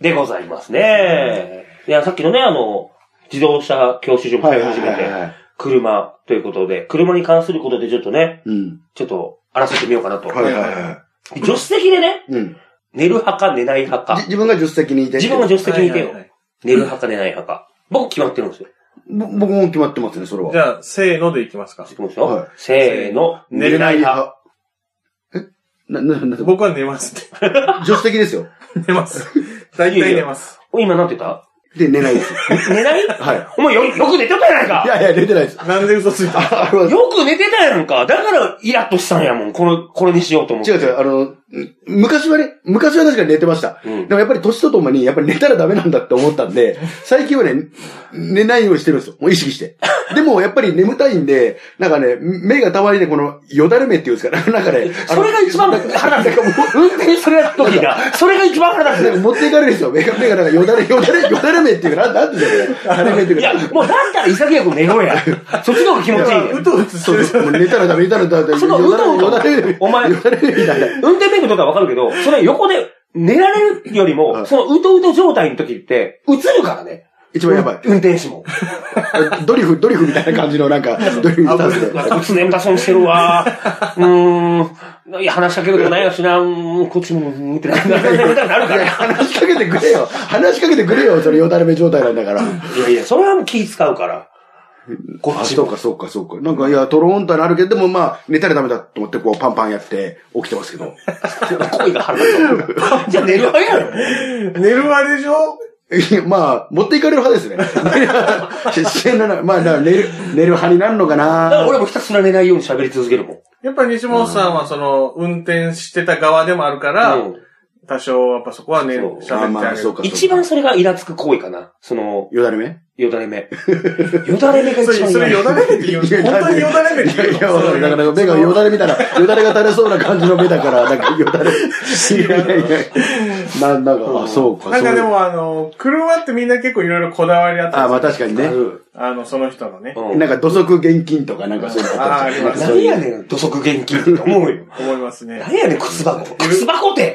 Speaker 1: でございますね。いや、さっきのね、あの、自動車教習所も
Speaker 2: はいはい
Speaker 1: 始め
Speaker 2: はいは
Speaker 1: て、
Speaker 2: い。
Speaker 1: 車ということで、車に関することでちょっとね、
Speaker 2: うん。
Speaker 1: ちょっと争ってみようかなと。
Speaker 2: はいはいは
Speaker 1: 助手席でね、
Speaker 2: い。うん。
Speaker 1: 寝る派か寝ない派
Speaker 2: じ
Speaker 1: か。
Speaker 2: 自分が助手席にいて。
Speaker 1: 自分が助手席にいてよ
Speaker 3: はいはいはい。
Speaker 1: 寝る派か寝ない派か。僕決まってるんですよ。
Speaker 2: ぼ僕も決まってますね、それは。
Speaker 3: じゃあ、せーのでいきますか
Speaker 1: 知っ。てますよ。
Speaker 2: はい
Speaker 1: せーの、寝れない派。。
Speaker 2: えな、な、な、
Speaker 3: 僕は寝ますね。
Speaker 2: 助手席ですよ。
Speaker 3: 寝 ます。大体寝ます。
Speaker 1: お今なんて言った
Speaker 2: で、寝ないです。
Speaker 1: 寝ない
Speaker 2: はい。
Speaker 1: お前よ、よく寝てたやないか
Speaker 2: いやいや、寝てないです。
Speaker 3: なんで嘘つい
Speaker 2: あ
Speaker 3: た
Speaker 2: の、
Speaker 1: よく寝てたやんか。だから、イラッとしたんやもん。この、これにしようと思って。
Speaker 2: 違う違う、あの、ん昔はね、昔は確かに寝てました。
Speaker 1: うん
Speaker 2: でもやっぱり年とともに、やっぱり寝たらダメなんだって思ったん で、最近はね、寝ないようにしてるんですよ。もう意識して。でもやっぱり眠たいんで、なんかね、目がたまにね、この、よだれ目っていうんですか、なんかね、 あ
Speaker 1: そ
Speaker 2: の
Speaker 1: れが一番腹立つ。運転するやつ時が、それが一番腹立
Speaker 2: なんか持っていかれるんですよ。目が、目がなんかよだれ、よだれ、よだれ目っていうか、なんなんていうのかね。よだれ目ってい
Speaker 1: つ。いう
Speaker 2: か
Speaker 1: や、もうだったら潔く寝ろ や。そっちの方が気持ちいいね。
Speaker 3: うとうとして
Speaker 2: そう
Speaker 3: る
Speaker 2: そう。もう寝たらダメ、寝たらダメ、
Speaker 1: その
Speaker 2: よだれ
Speaker 1: うとうと
Speaker 2: よだれ、
Speaker 1: お前
Speaker 2: よだれ目みたいな。
Speaker 1: 運転免許とかわかるけど、それ横で寝られるよりも、そのうとうと状態の時って、映るからね。
Speaker 2: 一番やばい。
Speaker 1: 運転手も。
Speaker 2: ドリフ、ドリフみたいな感じの、なんか、ドリフスタンスで。
Speaker 1: こいつ眠たそうにしてるわ。 うーん。いや、話しかけることないやしな。うーんこっちも、うーんってなる眠たく なるから。
Speaker 2: 話しかけてくれよ。話しかけてくれよ。それよだれ目状態なんだから。
Speaker 1: いやいや、それはもう気使うから。こ
Speaker 2: あ、
Speaker 1: っち
Speaker 2: そ
Speaker 1: も
Speaker 2: うか、そうか、そうか。なんか、いや、トローンとなるけど、でもまあ、寝たらダメだと思って、こう、パンパンやって、起きてますけど。
Speaker 1: 恋が腹立つ。じゃあ寝るわやろ。
Speaker 3: 寝るわでしょ
Speaker 2: いやまあ、持っていかれる派 ですね。知らないまあ、だから寝る、寝る派になるのか
Speaker 1: だから
Speaker 2: な
Speaker 1: 俺もひたすら寝ないように喋り続けるもん。
Speaker 3: やっぱり西本さんはその、運転してた側でもあるから、
Speaker 1: うん
Speaker 3: 多少やっぱそこはね、
Speaker 1: そう
Speaker 3: 喋ってあげる。
Speaker 2: あまあそうか
Speaker 1: 一番それがイラつく行為かな。その、
Speaker 2: よだれ目
Speaker 1: よだれ目。よだれ目が
Speaker 3: そ
Speaker 1: 一
Speaker 3: れ、
Speaker 1: 番
Speaker 3: それよだれ目って言うの本当によだれ目って言うの
Speaker 2: いや、わかる。だから、目がよだれみたいな、よだれが垂れそうな感じの目だから、なんかよだ れ。いやいやいや。なんだか、あ、そうか。
Speaker 3: なんかで
Speaker 2: そう、
Speaker 3: もあの、車ってみんな結構いろいろこだわりあった
Speaker 2: あ、
Speaker 3: り
Speaker 2: まあ確かにね。
Speaker 3: あの、その人のね、
Speaker 1: うん
Speaker 2: なんか土足現金とかなんかそういうの
Speaker 3: あありま
Speaker 2: あっ
Speaker 3: す
Speaker 2: たり
Speaker 1: 何やねん、土足現金って思うよ。
Speaker 3: 思いますね。
Speaker 1: 何やねん、靴箱。靴箱って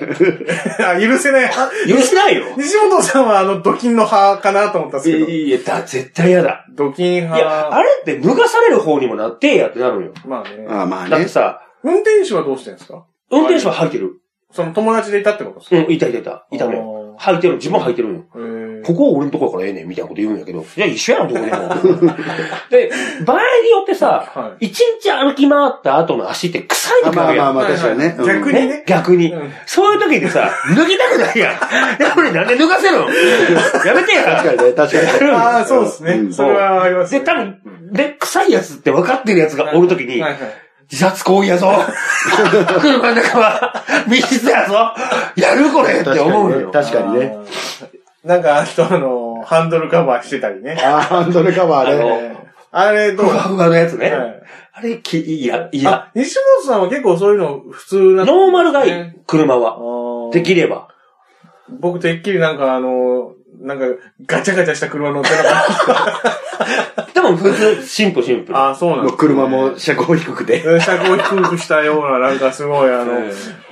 Speaker 3: あ、許せない。
Speaker 1: 許せないよ。
Speaker 3: 西本さんはあの、ドキンの派かなと思ったんですけど、
Speaker 1: いや、だ、絶対嫌だ。
Speaker 3: ドキン
Speaker 1: いや、あ
Speaker 3: 派、
Speaker 1: れって脱がされる方にもなってんやってなるよ。
Speaker 3: まあね、
Speaker 2: あ、まあ
Speaker 1: だって
Speaker 2: ね。
Speaker 1: さ、
Speaker 3: 運転手はどうしてるんですか
Speaker 1: 運転手は履いてる。
Speaker 3: その友達でいたってことですか、
Speaker 1: うん、いたいたいた。いたのよ。履いてる。自分は履いてるのよ。
Speaker 3: へー
Speaker 1: ここは俺のとこやからええねん、みたいなこと言うんやけど。いや、一緒やん、どこでも。 で、場合によってさ
Speaker 3: は、
Speaker 1: 一日歩き回った後の足って臭いと
Speaker 2: あ
Speaker 1: かあ
Speaker 2: まあ
Speaker 1: る
Speaker 2: ま
Speaker 1: や
Speaker 2: あ
Speaker 1: ん。
Speaker 2: まあ確かにね。
Speaker 3: はいはい逆にね
Speaker 1: ね逆に
Speaker 3: うん。
Speaker 1: そういう時にさ、 脱ぎたくないやん。 やっぱりなんで脱がせるのやめて
Speaker 2: 確か
Speaker 1: や。
Speaker 2: にね、確かにね。
Speaker 3: ああ、そうですね、
Speaker 2: うん
Speaker 3: それはあります、ね。
Speaker 1: で、多分、で、臭いやつって分かってるやつがおるときに、
Speaker 3: はいはい
Speaker 1: 自殺行為や ぞ車の中は密室やぞやるこれって思うのよ。
Speaker 2: 確かにね。
Speaker 3: あーなんか、あとあの、ハンドルカバーしてたりね。
Speaker 2: あー、ハンドルカバー
Speaker 1: あ
Speaker 2: ね。
Speaker 1: の
Speaker 3: えーあれ、どう
Speaker 1: ふわふわのやつね。
Speaker 3: はい
Speaker 1: あれ、き、いや、いや。
Speaker 3: あ、西本さんは結構そういうの普通な、
Speaker 1: ノーマルがいい
Speaker 3: ね。
Speaker 1: 車
Speaker 3: あ
Speaker 1: は。
Speaker 3: ー
Speaker 1: できれば。
Speaker 3: 僕てっきりなんかあの、なんかガチャガチャした車乗ってなか っ
Speaker 1: でも、普通、シンプルシンプル。
Speaker 3: た。あー、そうなん
Speaker 2: も
Speaker 3: で
Speaker 2: う
Speaker 3: す。
Speaker 2: 車も車高低くて。
Speaker 3: うん車高低くしたような、なんかすごいあの、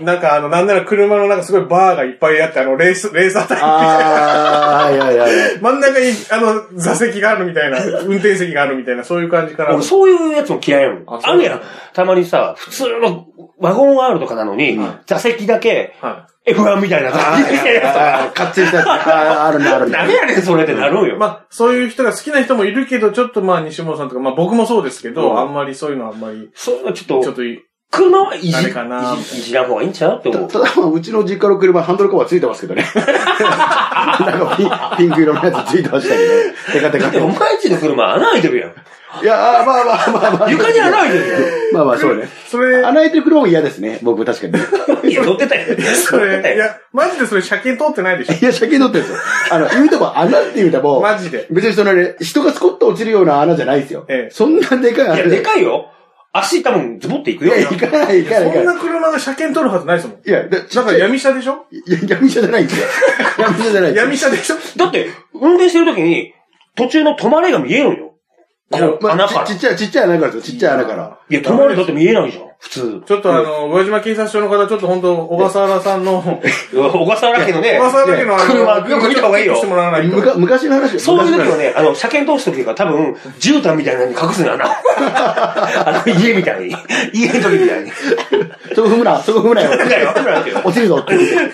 Speaker 3: なんかあの、なんなら車のなんかすごいバーがいっぱいあって、あの、レース、レーサータイプみたいな。
Speaker 2: ああ、いやい やいや。
Speaker 3: 真ん中に、あの、座席があるみたいな、運転席があるみたいな、そういう感じから。
Speaker 1: 俺、そういうやつも嫌いやもん。
Speaker 3: あ
Speaker 1: あ
Speaker 3: そう
Speaker 1: るやん。たまにさ、普通のワゴン R とかなのに、座席だけ
Speaker 3: は
Speaker 1: F1 みたいな座
Speaker 2: あ
Speaker 1: 席みたいなやつとか
Speaker 2: あ、かっついたやつ。ああ、あるね、ある ね。
Speaker 1: 何やねん、それってなるんよ。
Speaker 3: まあ、そういう人が好きな人もいるけど、ちょっとまあ、西本さんとか、まあ僕もそうですけど、
Speaker 1: うん
Speaker 3: あんまりそういうのはあんまり、
Speaker 1: そういうのちょっ
Speaker 3: ちょ
Speaker 1: と、
Speaker 3: っとい、
Speaker 1: 車はいじ、い
Speaker 3: あ
Speaker 1: じ
Speaker 3: れかない
Speaker 1: じらん方がいいんちゃうって思
Speaker 2: た
Speaker 1: う。
Speaker 2: ただ、まあうちの実家の車、ハンドルカバーついてますけ どね。なんかピン、ピンク色のやつついてましたけど、ね。テカテカ
Speaker 1: でも、お
Speaker 2: で。
Speaker 1: 前んちの車穴開いてるやん。
Speaker 2: いや、あーまあまあまあまあ。
Speaker 1: 床に穴開いてる
Speaker 2: まあまあ、そうね。
Speaker 3: それ、
Speaker 2: 穴開いてる車も嫌ですね、僕確かにね。
Speaker 1: やん。いや、乗ってたよ。
Speaker 3: そ
Speaker 1: 乗ってた
Speaker 3: れ、い
Speaker 1: よ。
Speaker 3: や、マジでそれ車検通ってないでしょ
Speaker 2: いや、車検乗ってるんですよ。あの、言うとこ穴って言うともう、
Speaker 3: マジで
Speaker 2: 別にそのね、人がスコッと落ちるような穴じゃないですよ。
Speaker 3: ええ
Speaker 2: そんなでかい
Speaker 1: い
Speaker 2: 穴
Speaker 1: や、でかいよ。足多分、ズボっていく
Speaker 2: い
Speaker 1: よ
Speaker 2: や、。行かない、行かない、行か
Speaker 3: そん
Speaker 2: ない。
Speaker 3: な車が車検取るはずないですもん。
Speaker 2: いや、だ
Speaker 3: なんか
Speaker 2: いや、
Speaker 3: 闇車でしょ
Speaker 2: 闇車じゃないんですよ。闇車じゃないんですよ
Speaker 3: 闇車でしょ
Speaker 1: だって、運転してる時に、途中の止まれが見えるんよ。こう、
Speaker 2: まあ
Speaker 1: 穴から。
Speaker 2: ちち
Speaker 1: い
Speaker 2: っちゃい、ちっちゃい穴からですよ、ちっちゃい穴から。
Speaker 1: や、止まれだって見えないじゃん、普通。
Speaker 3: ちょっとあの、宇和島警察署の方、ちょっと本当小笠原さんの、小
Speaker 1: うわ小笠原家のね、
Speaker 3: 笠原家のあの、
Speaker 1: 車、よく見た方がいいよ
Speaker 3: して。もらわないと
Speaker 2: む。か昔の話
Speaker 1: そういう
Speaker 2: 昔
Speaker 1: 時は
Speaker 2: の話
Speaker 1: ね、あの、車検通す時が多分、絨毯みたいなのに隠す のよな。あの、家みたいに。家の時みたいに。
Speaker 2: そこ踏むな、そこ踏むなよ。
Speaker 1: いやいや、わからんけど。
Speaker 2: 落ちるぞって言って。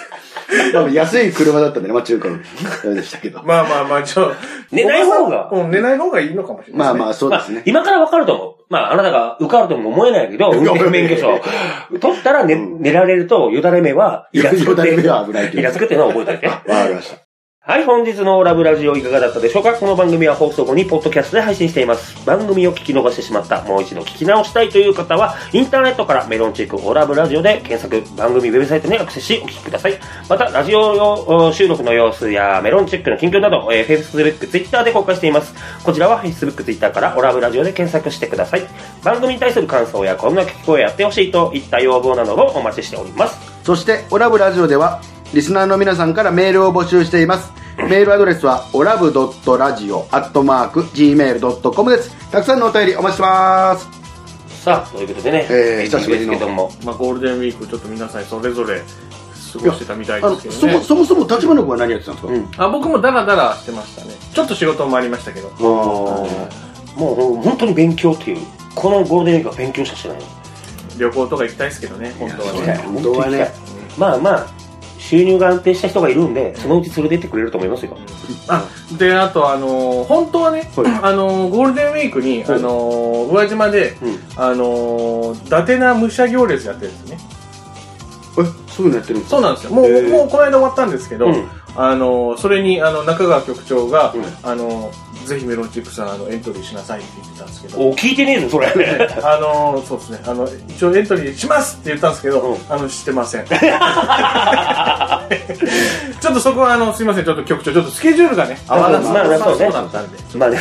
Speaker 2: まあ安い車だったんでね、まあ中古の。あれでしたけど。
Speaker 3: まあまあまあ、ちょ、
Speaker 1: 寝ない方が
Speaker 3: うん、寝ない方がいいのかもしれない。
Speaker 2: まあまあ、そうで
Speaker 1: まあ
Speaker 2: すね、。
Speaker 1: 今からわかると思う。まあ、あなたが受かるとも思えないけど、運転免許 証。取ったら、ね、寝られると、よだれ目は、イラつくって
Speaker 2: よだれ目は危ないっていう
Speaker 1: イラつくっていうのを覚えておいて。
Speaker 2: わかりました。
Speaker 1: はい、本日のラブラジオいかがだったでしょうかこの番組は放送後にポッドキャストで配信しています。番組を聞き逃してしまった、もう一度聞き直したいという方は、インターネットからメロンチックオラブラジオで検索、番組ウェブサイトにアクセスしお聞きください。また、ラジオ用収録の様子やメロンチックの近況など、えー Facebook、Twitter で公開しています。こちらは Facebook、Twitter からオラブラジオで検索してください。番組に対する感想やこんな聞き声やってほしいといった要望などをお待ちしております。
Speaker 2: そして、オラブラジオでは、リスナーの皆さんからメールを募集しています。メールアドレスは、オラブドットラジオアットマーク、gmail.com です。たくさんのお便りお待ちしてます。
Speaker 1: さあ、ということでね、
Speaker 2: えー
Speaker 1: エンディングですけども。
Speaker 3: まあ、ゴールデンウィーク、ちょっと皆さんそれぞれ過ごしてたみたい
Speaker 2: あ
Speaker 3: で
Speaker 2: の
Speaker 3: すけ
Speaker 2: そ
Speaker 3: ど
Speaker 2: も
Speaker 3: ね。
Speaker 2: そもそも立花君は何やってたんですか、
Speaker 1: うん
Speaker 3: あ、僕もダラダラしてましたね。ちょっと仕事もありましたけど。
Speaker 2: あ
Speaker 1: もう本当に勉強っていう、このゴールデンウィークは勉強したしない。
Speaker 3: 旅行とか行きたいですけどね、本当はね。
Speaker 2: 本当は
Speaker 1: 行き
Speaker 2: ね
Speaker 1: たい。まあまあ、収入が安定した人がいるんで、そのうち連れてってくれると思いますよ。
Speaker 3: あ、で、あと、あのー本当はね、
Speaker 2: はい
Speaker 3: あのーゴールデンウィークに、あ
Speaker 1: はい
Speaker 3: のー宇和島で、
Speaker 1: うん。
Speaker 3: あのー伊達な武者行列やってるんですね。
Speaker 2: あえそういうのやってるんですか
Speaker 3: そうなんですよ。もう、
Speaker 2: へー
Speaker 3: もうこの間終わったんですけど、
Speaker 1: うん
Speaker 3: あの、それに、あの、中川局長が、
Speaker 1: うん
Speaker 3: あの、ぜひメロンチックさん、あの、エントリーしなさいって言ってたんですけど、
Speaker 1: お、聞いてねえぞ、それ。
Speaker 3: あのそうですねあの一応エントリーしますって言ったんですけど、
Speaker 1: うん
Speaker 3: あのしてません ちょっとそこはあのすいませんちょっと局長ちょっとスケジュールがね合わなく
Speaker 1: まあまあそうね
Speaker 3: だったんで
Speaker 1: まあね、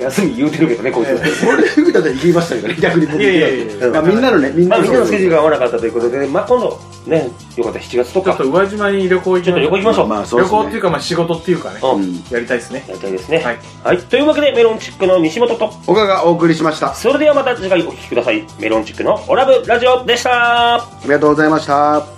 Speaker 1: 休み言うてるけどね、こいつ。
Speaker 2: 俺の言うたら言いましたけどね、逆に僕
Speaker 3: いやいやいやいや
Speaker 2: まあみんなのね、みん
Speaker 1: まあ、
Speaker 2: な
Speaker 1: みんなのスケジュール
Speaker 2: が。
Speaker 1: が合わなかったということでね、まあ、今度、ね、よかったら7月と
Speaker 3: ちょ
Speaker 1: か、
Speaker 3: っと宇和島に旅行行き
Speaker 1: ちょっと旅行行きましょう。
Speaker 2: まあそうですね
Speaker 3: 旅行っていうかまあ仕事っていうかね
Speaker 1: う。
Speaker 2: うんん。
Speaker 3: やりたいですね
Speaker 1: やりたいですね。
Speaker 3: はい。
Speaker 1: はい。というわけで、メロンチックの西本と、
Speaker 2: 岡がお送りしました。あ
Speaker 1: それではまた次回お聞きください。メロンチックのオラブラジオでした
Speaker 2: りがとうございました。